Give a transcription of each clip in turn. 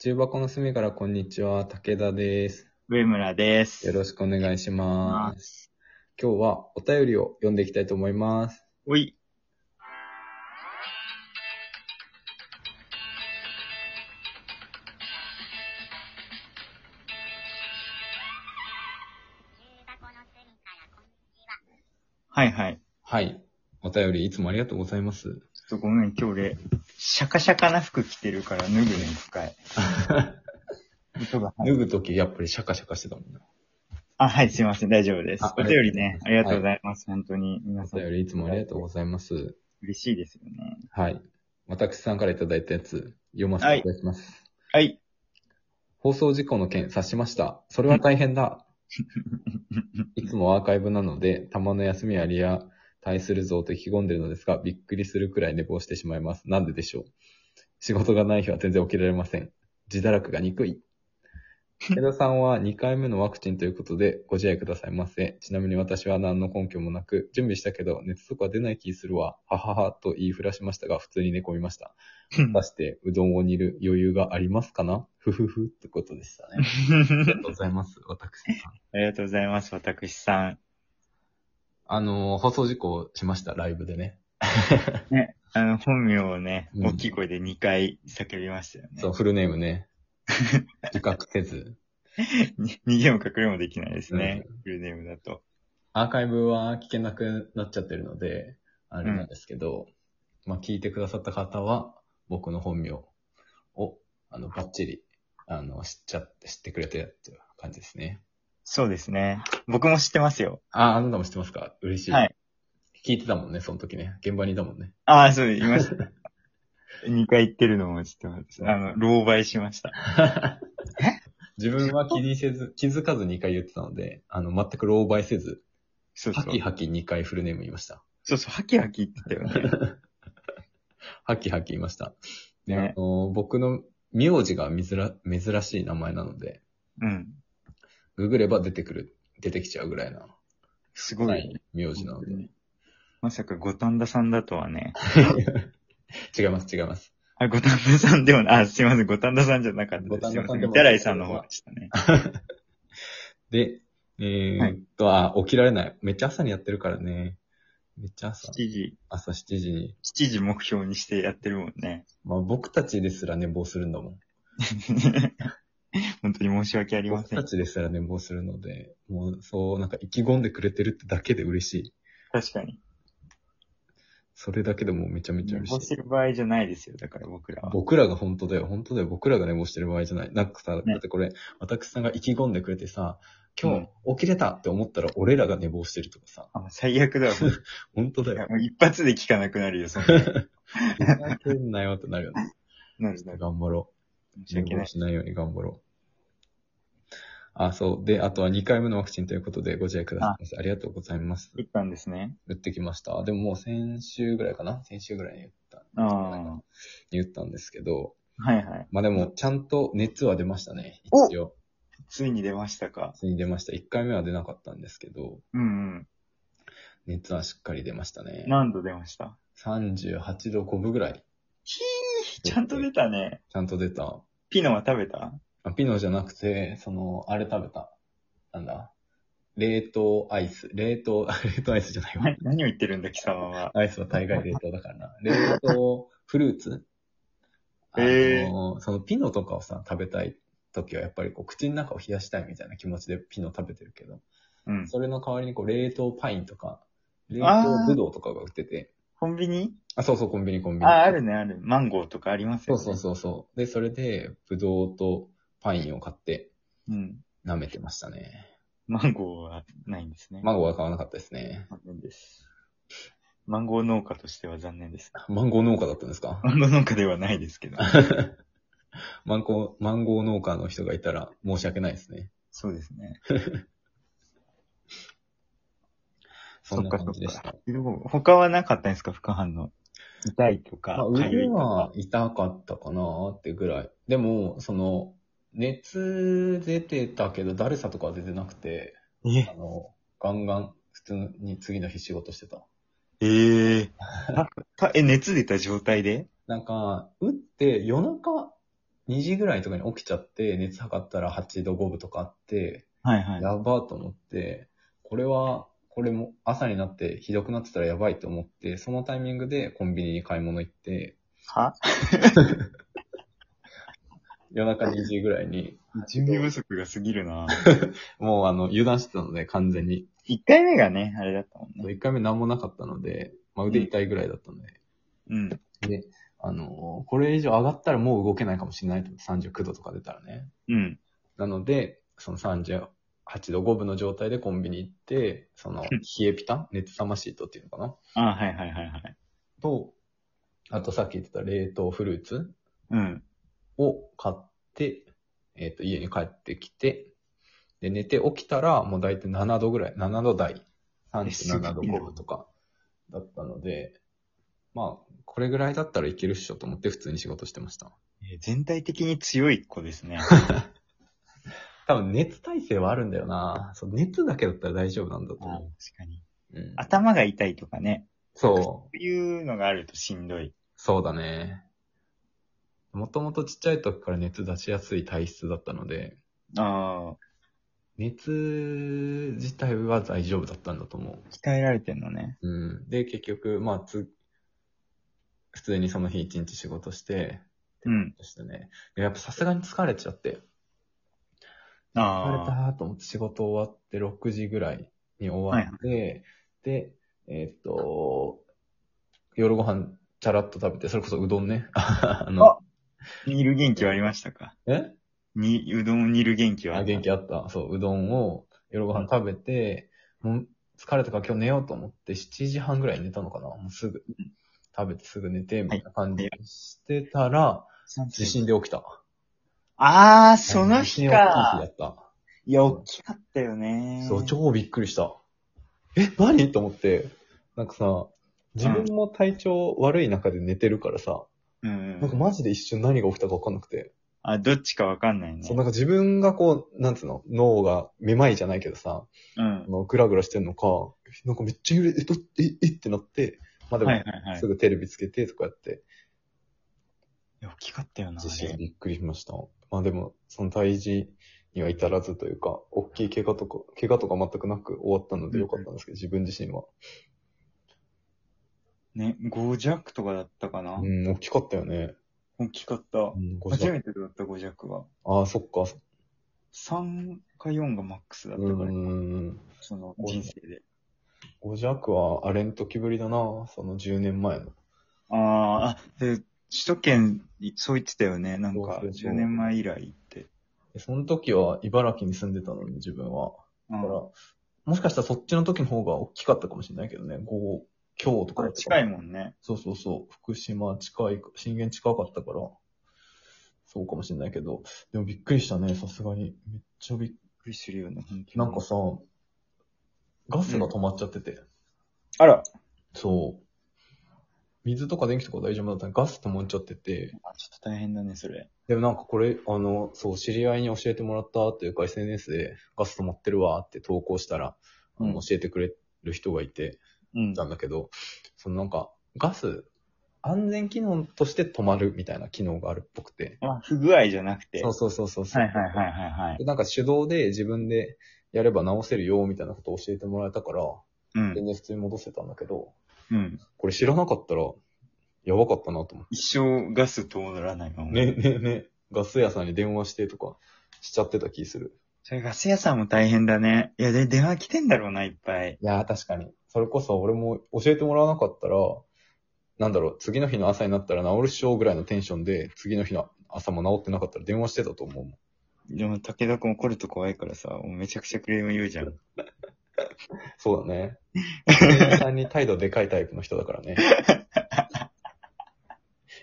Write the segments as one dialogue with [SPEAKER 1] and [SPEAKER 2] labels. [SPEAKER 1] 重箱の隅からこんにちは、武田です。
[SPEAKER 2] 上村です。
[SPEAKER 1] よろしくお願いします。今日はお便りを読んでいきたいと思います。
[SPEAKER 2] おい。はいはい。
[SPEAKER 1] はい。お便りいつもありがとうございます。
[SPEAKER 2] ちょっとごめん、今日俺、シャカシャカな服着てるから脱ぐね、一回。音が入る
[SPEAKER 1] 脱ぐときやっぱりシャカシャカしてたもんな。
[SPEAKER 2] あ、はい、すいません、大丈夫です
[SPEAKER 1] あ。
[SPEAKER 2] お便りね、ありがとうございます。本当に、皆
[SPEAKER 1] お
[SPEAKER 2] さん、
[SPEAKER 1] 便りいつもありがとうございます。
[SPEAKER 2] 嬉しいですよね。
[SPEAKER 1] はい。私さんからいただいたやつ、読ませていただきます。
[SPEAKER 2] はい。
[SPEAKER 1] 放送事故の件察しました。それは大変だ。いつもアーカイブなので、たまの休みありや、対するぞと意気込んでるのですが、びっくりするくらい寝坊してしまいます。なんででしょう。仕事がない日は全然起きられません。自堕落が憎い。武田さんは2回目のワクチンということで、ご自愛くださいませ。ちなみに私は何の根拠もなく、準備したけど、熱とか出ない気するわ、はははと言いふらしましたが、普通に寝込みました。果たして、うどんを煮る余裕がありますかなふふふってことでした ね。ありがとうございます、私さん。
[SPEAKER 2] ありがとうございます、私さん。
[SPEAKER 1] あの、放送事故しました、ライブでね。
[SPEAKER 2] あの、本名をね、
[SPEAKER 1] うん
[SPEAKER 2] 大きい声で2回叫びましたよね。
[SPEAKER 1] そう、フルネームね。自覚せず。
[SPEAKER 2] に逃げも隠れもできないですね。フルネームだと。
[SPEAKER 1] アーカイブは聞けなくなっちゃってるので、あれなんですけど、まあ聞いてくださった方は、僕の本名を、あの、ばっちり、あの、知っちゃって、知ってくれてるっていう感じですね。
[SPEAKER 2] そうですね。僕も知ってますよ。
[SPEAKER 1] あ、あなたも知ってますか嬉しい。
[SPEAKER 2] はい。
[SPEAKER 1] 聞いてたもんね、その時ね。現場にいたもんね。
[SPEAKER 2] ああ、そう、いました。2回言ってるのも知ってます。あの、狼狽しました。
[SPEAKER 1] 自分は気にせず、気づかず2回言ってたので、あの、全く狼狽せず、
[SPEAKER 2] そうそ
[SPEAKER 1] ハ
[SPEAKER 2] う。
[SPEAKER 1] キハキ2回フルネーム言いました。
[SPEAKER 2] そうそう、ハキハキ言ってたよね。
[SPEAKER 1] ハキハキ言いました。で、
[SPEAKER 2] ね
[SPEAKER 1] あの、僕の名字が珍珍しい名前なので、
[SPEAKER 2] うん。
[SPEAKER 1] ググれば出てくる、出てきちゃうぐらいな、
[SPEAKER 2] すごい。
[SPEAKER 1] はい、名字なので。
[SPEAKER 2] まさか五反田さんだとはね。
[SPEAKER 1] 違います、違います。
[SPEAKER 2] あ、五反田さんではな、あ、すいません、五反田さんじゃなかった
[SPEAKER 1] 五
[SPEAKER 2] で
[SPEAKER 1] 反
[SPEAKER 2] す。すい
[SPEAKER 1] 田
[SPEAKER 2] ま
[SPEAKER 1] さ
[SPEAKER 2] せ
[SPEAKER 1] ん
[SPEAKER 2] ん、
[SPEAKER 1] で
[SPEAKER 2] 御
[SPEAKER 1] も
[SPEAKER 2] 手洗さんの方でしたね。
[SPEAKER 1] で、えーっと、あ、起きられない。めっちゃ朝にやってるからね。めっちゃ朝
[SPEAKER 2] 7、時、
[SPEAKER 1] 朝7時に。
[SPEAKER 2] 7時目標にしてやってるもんね。
[SPEAKER 1] まあ僕たちですら寝坊するんだもん。
[SPEAKER 2] 本当に申し訳ありま
[SPEAKER 1] 僕
[SPEAKER 2] せん
[SPEAKER 1] た。ちですら寝坊するので、もうそう、なんか意気込んでくれてるってだけで嬉しい。
[SPEAKER 2] 確かに。
[SPEAKER 1] それだけでもうめちゃめちゃ
[SPEAKER 2] 寝
[SPEAKER 1] 嬉
[SPEAKER 2] 坊して
[SPEAKER 1] しい。
[SPEAKER 2] る場合じゃないですよ、だから僕らは。
[SPEAKER 1] 僕らが本当だよ、本当だよ、僕らが寝坊してる場合じゃない。なんかさ、
[SPEAKER 2] ね
[SPEAKER 1] だってこれ、私さんが意気込んでくれてさ、
[SPEAKER 2] う
[SPEAKER 1] 今
[SPEAKER 2] ん
[SPEAKER 1] 日起きれたって思ったら俺らが寝坊してるとかさ、
[SPEAKER 2] あ最悪だわ。
[SPEAKER 1] 本当だ
[SPEAKER 2] いや
[SPEAKER 1] よ。
[SPEAKER 2] もう一発で聞かなくなるよ、そんな。
[SPEAKER 1] ふざけんなよってなるよね。
[SPEAKER 2] なるなる。
[SPEAKER 1] 頑張ろ
[SPEAKER 2] 申
[SPEAKER 1] う。
[SPEAKER 2] し
[SPEAKER 1] 寝
[SPEAKER 2] 訳な
[SPEAKER 1] 坊
[SPEAKER 2] い。
[SPEAKER 1] しないように頑張ろう。あ、そう。で、あとは2回目のワクチンということでご自愛くださいませ。ありがとうございます。
[SPEAKER 2] 打ったんですね。
[SPEAKER 1] 打ってきました。でももう先週ぐらいかな先週ぐらいに打った。
[SPEAKER 2] ああ。
[SPEAKER 1] 言ったんですけど、
[SPEAKER 2] はいはい。
[SPEAKER 1] まあでも、ちゃんと熱は出ましたね。
[SPEAKER 2] お
[SPEAKER 1] 一応。
[SPEAKER 2] ついに出ましたか。
[SPEAKER 1] 普通に出ました。1回目は出なかったんですけど、
[SPEAKER 2] うんうん。
[SPEAKER 1] 熱はしっかり出ましたね。
[SPEAKER 2] 何度出ました
[SPEAKER 1] 38度5分ぐらい。
[SPEAKER 2] ひー、ちゃんと出たね。
[SPEAKER 1] ちゃんと出た。
[SPEAKER 2] ピノは食べた
[SPEAKER 1] あピノじゃなくて、その、あれ食べた。なんだ冷凍アイス。冷凍、 あ冷凍アイスじゃないわ
[SPEAKER 2] な。何を言ってるんだ、貴様は。
[SPEAKER 1] アイスは大概冷凍だからな。冷凍フルーツあの、
[SPEAKER 2] へ
[SPEAKER 1] そのピノとかをさ、食べたい時はやっぱりこう口の中を冷やしたいみたいな気持ちでピノ食べてるけど、
[SPEAKER 2] うん。
[SPEAKER 1] それの代わりにこう冷凍パインとか、冷
[SPEAKER 2] あ
[SPEAKER 1] 凍
[SPEAKER 2] ー
[SPEAKER 1] ぶどうとかが売ってて、
[SPEAKER 2] コンビニ
[SPEAKER 1] あそうそう、コンビニコンビニ。
[SPEAKER 2] あ、あるね、ある。マンゴーとかあります
[SPEAKER 1] そ
[SPEAKER 2] よ、
[SPEAKER 1] う
[SPEAKER 2] ね。
[SPEAKER 1] そうそうそう。で、それで、ぶどうとパインを買って
[SPEAKER 2] う。うん。
[SPEAKER 1] 舐めてましたね。
[SPEAKER 2] マンゴーはないんですね。
[SPEAKER 1] マンゴーは買わなかったですね。
[SPEAKER 2] 残念です。マンゴー農家としては残念です。
[SPEAKER 1] マンゴー農家だったんです か
[SPEAKER 2] マンゴー農家ではないで すけど。
[SPEAKER 1] マンゴー、マンゴー農家の人がいたら申し訳ないですね。
[SPEAKER 2] そうですね。
[SPEAKER 1] そんな感じでした。
[SPEAKER 2] でも他はなかったんですか副反応。痛いとか
[SPEAKER 1] まあ、、
[SPEAKER 2] 痒
[SPEAKER 1] 腕
[SPEAKER 2] いと
[SPEAKER 1] は
[SPEAKER 2] か。
[SPEAKER 1] 痛かったかなーってぐらい。でも、その、熱出てたけど、だるさとかは出てなくて、
[SPEAKER 2] え
[SPEAKER 1] あの、ガンガン、普通に次の日仕事してた。
[SPEAKER 2] ええたえ、熱出た状態で
[SPEAKER 1] なんか、打って夜中、 2時ぐらいとかに起きちゃって、熱測ったら8度5分とかあって、
[SPEAKER 2] はいはい。
[SPEAKER 1] やばーと思って、これは、これも朝になってひどくなってたらやばいと思って、そのタイミングでコンビニに買い物行って、
[SPEAKER 2] は
[SPEAKER 1] 夜中2時ぐらいに、
[SPEAKER 2] 準備不足が過ぎるな
[SPEAKER 1] もうあの、油断してたので完全に。
[SPEAKER 2] 一回目がね、あれだったもんね。
[SPEAKER 1] 1回目何もなかったので、まあ、腕痛いぐらいだったので、
[SPEAKER 2] うん。
[SPEAKER 1] あの、これ以上上がったらもう動けないかもしれないと思って39度とか出たらね。
[SPEAKER 2] うん。
[SPEAKER 1] なので、その38度5分の状態でコンビニ行って、その、冷えピタ熱冷まシートっていうのかな
[SPEAKER 2] あはいはいはいはい。
[SPEAKER 1] と、あとさっき言ってた冷凍フルーツ
[SPEAKER 2] うん。
[SPEAKER 1] を買って、えっ、と、家に帰ってきて、で、寝て起きたら、もう大体7度ぐらい、7度台、37度5分とかだったので、まあ、これぐらいだったらいけるっしょと思って普通に仕事してました。
[SPEAKER 2] えー全体的に強い子 ですね。
[SPEAKER 1] 多分熱耐性はあるんだよなそう熱だけだったら大丈夫なんだと
[SPEAKER 2] あ
[SPEAKER 1] 思
[SPEAKER 2] 確かに。
[SPEAKER 1] う。うん、
[SPEAKER 2] 頭が痛いとかね。
[SPEAKER 1] そう、
[SPEAKER 2] そういうのがあるとしんどい。
[SPEAKER 1] そうだね。もともとちっちゃい時から熱出しやすい体質だったので、
[SPEAKER 2] ああ、
[SPEAKER 1] 熱自体は大丈夫だったんだと思う。
[SPEAKER 2] 鍛えられてんのね。
[SPEAKER 1] うん。で、結局、まあ、つ、普通にその日一日仕事して、
[SPEAKER 2] うん。
[SPEAKER 1] そしてね、でやっぱさすがに疲れちゃって、疲れた
[SPEAKER 2] ああ。
[SPEAKER 1] ーと思って仕事終わって6時ぐらいに終わって、で、えーっと、夜ご飯チャラッと食べて、それこそうどんね。 あの、
[SPEAKER 2] 煮る元気はありましたか
[SPEAKER 1] え
[SPEAKER 2] に、うどんを煮る元気は
[SPEAKER 1] あ、元気あった。そう、うどんを夜ご飯食べて、もう疲れたから今日寝ようと思って、7時半ぐらいに寝たのかなもうすぐ。食べてすぐ寝て、みたいな感じにしてたら、地震で起きた。
[SPEAKER 2] ああ、その
[SPEAKER 1] 地
[SPEAKER 2] 日
[SPEAKER 1] 震大
[SPEAKER 2] か。
[SPEAKER 1] きい日だっ
[SPEAKER 2] いや、大きかったよね
[SPEAKER 1] た。。そう、超びっくりした。え、何と思って。なんかさ、自分も体調悪い中で寝てるからさ、
[SPEAKER 2] う
[SPEAKER 1] なんか
[SPEAKER 2] ん。
[SPEAKER 1] マジで一瞬何が起きたか分かんなくて。
[SPEAKER 2] あ、どっちかわかんないね。
[SPEAKER 1] そう、なんか自分がこう、なんつうの、脳がめまいじゃないけどさ、
[SPEAKER 2] うん
[SPEAKER 1] あ。のグラグラしてんのか、なんかめっちゃ揺れ、え、どえ、えってなって、まあでも、
[SPEAKER 2] はいはいはい
[SPEAKER 1] す。ぐテレビつけてとかやって、
[SPEAKER 2] いや大きかったよな。
[SPEAKER 1] 自
[SPEAKER 2] あ
[SPEAKER 1] 身
[SPEAKER 2] れ
[SPEAKER 1] びっくりしました。まあでも、その退治には至らずというか、大きい怪我とか、怪我とか全くなく終わったのでよかったんですけど、自分自身は。
[SPEAKER 2] ね、5弱とかだったかな
[SPEAKER 1] う。ん、大きかったよね。
[SPEAKER 2] 大きかった
[SPEAKER 1] う。ん、
[SPEAKER 2] 初
[SPEAKER 1] て。
[SPEAKER 2] めてだった5弱は。
[SPEAKER 1] ああ、そっか。そっか
[SPEAKER 2] 3か4がマックスだった
[SPEAKER 1] う
[SPEAKER 2] から、
[SPEAKER 1] ん。
[SPEAKER 2] その人生で。
[SPEAKER 1] 5弱は、あれん時ぶりだな。その10年前の。
[SPEAKER 2] あーあ、で、首都圏、そう言ってたよね。なん
[SPEAKER 1] そう
[SPEAKER 2] か、
[SPEAKER 1] そうそう
[SPEAKER 2] 10年前以来って。
[SPEAKER 1] でその時は、茨城に住んでたのに、自分は。
[SPEAKER 2] うん
[SPEAKER 1] だから、もしかしたらそっちの時の方が大きかったかもしれないけどね。5、強とかだったか
[SPEAKER 2] 近
[SPEAKER 1] ら
[SPEAKER 2] いもんね。
[SPEAKER 1] そうそうそう。福島近い、震源近かったから、そうかもしれないけど。でもびっくりしたね、さすがに。めっちゃびっ
[SPEAKER 2] びっくりするよね、本当に
[SPEAKER 1] なんかさ、ガスが止まっちゃってて。
[SPEAKER 2] あら
[SPEAKER 1] そう。水とか電気とか大丈夫だったのにガス止まっちゃってて。
[SPEAKER 2] あちょっと大変だね、それ。
[SPEAKER 1] でもなんかこれ、あの、そう、知り合いに教えてもらったというか、SNS でガス止まってるわって投稿したら、あの
[SPEAKER 2] うん
[SPEAKER 1] 教えてくれる人がいて、
[SPEAKER 2] うん
[SPEAKER 1] ったんだけど、そのなんか、ガス、安全機能として止まるみたいな機能があるっぽくて。
[SPEAKER 2] あ、不具合じゃなくて。
[SPEAKER 1] そうそうそうそうそう。
[SPEAKER 2] はいはいはいはいはい。
[SPEAKER 1] でなんか手動で自分でやれば直せるよみたいなことを教えてもらえたから、
[SPEAKER 2] うん。
[SPEAKER 1] 全然普通に戻せたんだけど、
[SPEAKER 2] うん。
[SPEAKER 1] これ知らなかったら、やばかったなと思っ
[SPEAKER 2] 一生ガス通らないまま。
[SPEAKER 1] て。ね、ね、ね、ガス屋さんに電話してとかしちゃってた気する。
[SPEAKER 2] それガス屋さんも大変だね。いや、で、電話来てんだろうな、いっぱい。
[SPEAKER 1] いやー確かに。それこそ俺も教えてもらわなかったら、なんだろう、次の日の朝になったら治るっしょぐらいのテンションで、次の日の朝も治ってなかったら電話してたと思うもん。
[SPEAKER 2] でも、武田くん怒ると怖いからさ、もうめちゃくちゃクレーム言うじゃん。
[SPEAKER 1] そうだね。店員さんに態度でかいタイプの人だからね。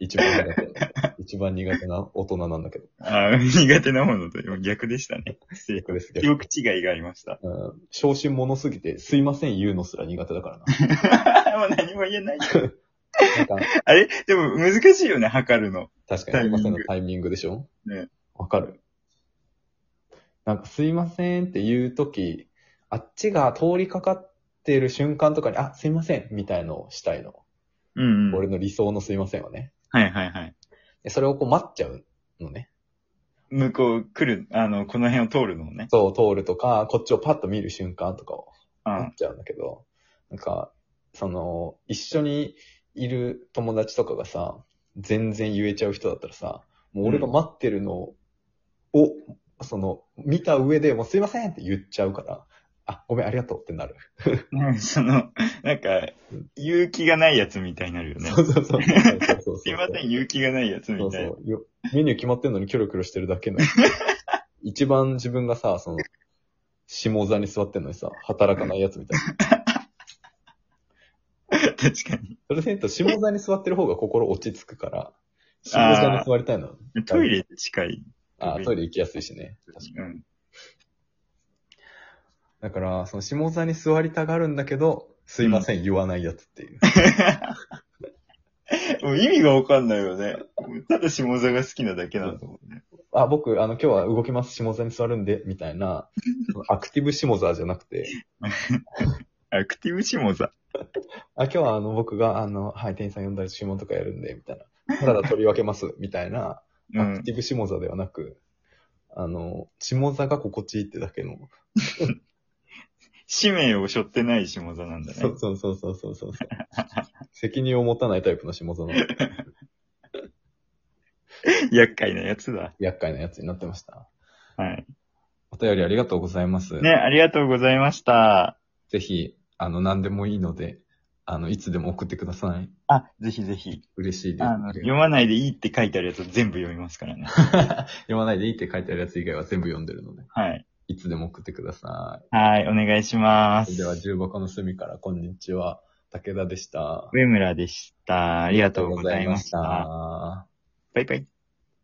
[SPEAKER 1] 一番苦手。一番苦手な大人なんだけど。
[SPEAKER 2] ああ、苦手なものと逆でしたね。
[SPEAKER 1] 逆ですけ
[SPEAKER 2] 記
[SPEAKER 1] ど。
[SPEAKER 2] 憶違いがありました。
[SPEAKER 1] うん昇進者すぎて、すいません言うのすら苦手だからな。
[SPEAKER 2] もう何も言えない。
[SPEAKER 1] なんか、
[SPEAKER 2] あれでも難しいよね、測るの。
[SPEAKER 1] 確かにすい
[SPEAKER 2] タイミング
[SPEAKER 1] ませんのタイミングでしょ
[SPEAKER 2] ね。
[SPEAKER 1] わかる。なんかすいませんって言うとき、あっちが通りかかってる瞬間とかに、あ、すいませんみたいのをしたいの。
[SPEAKER 2] うん、うん。
[SPEAKER 1] 俺の理想のすいませんはね。
[SPEAKER 2] はいはいはい。
[SPEAKER 1] でそれをこう待っちゃうのね。
[SPEAKER 2] 向こう来る、あの、この辺を通るのをね。
[SPEAKER 1] そう、通るとか、こっちをパッと見る瞬間とかを
[SPEAKER 2] う
[SPEAKER 1] なっ
[SPEAKER 2] ん。
[SPEAKER 1] ちゃうんだけど、なんか、その、一緒にいる友達とかがさ、全然言えちゃう人だったらさ、もう俺が待ってるのを、その、見た上でもうすいませんって言っちゃうから、あ、ごめん、ありがとうってなる。
[SPEAKER 2] なんか その、なんか、勇気がないやつみたいになるよ ね
[SPEAKER 1] そ。うそうそう。そうそうそう
[SPEAKER 2] すいません、勇気がないやつ
[SPEAKER 1] そう
[SPEAKER 2] み
[SPEAKER 1] そ
[SPEAKER 2] たいな。
[SPEAKER 1] う。よメニュー決まってんのにキョロキョロしてるだけの。 一番自分がさ、その、下座に座ってんのにさ、働かないやつみたいな。
[SPEAKER 2] 確かに。
[SPEAKER 1] それで言うと、下座に座ってる方が心落ち着く から、下座に座りたいの。
[SPEAKER 2] トイレ近い。
[SPEAKER 1] あートイレ行きやすいしね。確かに
[SPEAKER 2] うん。
[SPEAKER 1] だから、その下座に座りたがるんだけど、すいません、言わないやつっていう。
[SPEAKER 2] もう意味がわかんないよね。ただ下座が好きなだけなんだもんね。
[SPEAKER 1] あ、僕、あの、今日は動きます、下座に座るんで、みたいな、そのアクティブ下座じゃなくて、
[SPEAKER 2] アクティブ下座。
[SPEAKER 1] あ、今日はあの、僕が、あの、はい、店員さん呼んだり注文とかやるんで、みたいな。サラダ取り分け ます、みたいな、
[SPEAKER 2] う
[SPEAKER 1] アク
[SPEAKER 2] ん。
[SPEAKER 1] ティブ下座ではなく、あの、下座が心地いいってだけの。
[SPEAKER 2] 使命を背負ってない下座なんだね。
[SPEAKER 1] そうそうそうそうそうそう。 責任を持たないタイプの下座の
[SPEAKER 2] 厄介なやつだ。
[SPEAKER 1] 厄介なやつになってました。
[SPEAKER 2] はい。
[SPEAKER 1] お便りありがとうございます。
[SPEAKER 2] ね、ありがとうございました。
[SPEAKER 1] ぜひ、あの、何でもいいので、あの、いつでも送ってください。
[SPEAKER 2] あ、ぜひぜひ。
[SPEAKER 1] 嬉しいです。
[SPEAKER 2] あの、読まないでいいって書いてあるやつ全部読みますから ね。
[SPEAKER 1] 読まないでいいって書いてあるやつ以外は全部読んでるので、
[SPEAKER 2] はい。
[SPEAKER 1] いつでも送ってくださ
[SPEAKER 2] はい、お願いしま
[SPEAKER 1] い。
[SPEAKER 2] す。
[SPEAKER 1] では、重箱の隅から、こんにちは。武田でした。あ
[SPEAKER 2] 上村でした。ありがとうございました。
[SPEAKER 1] た。
[SPEAKER 2] バイバイ。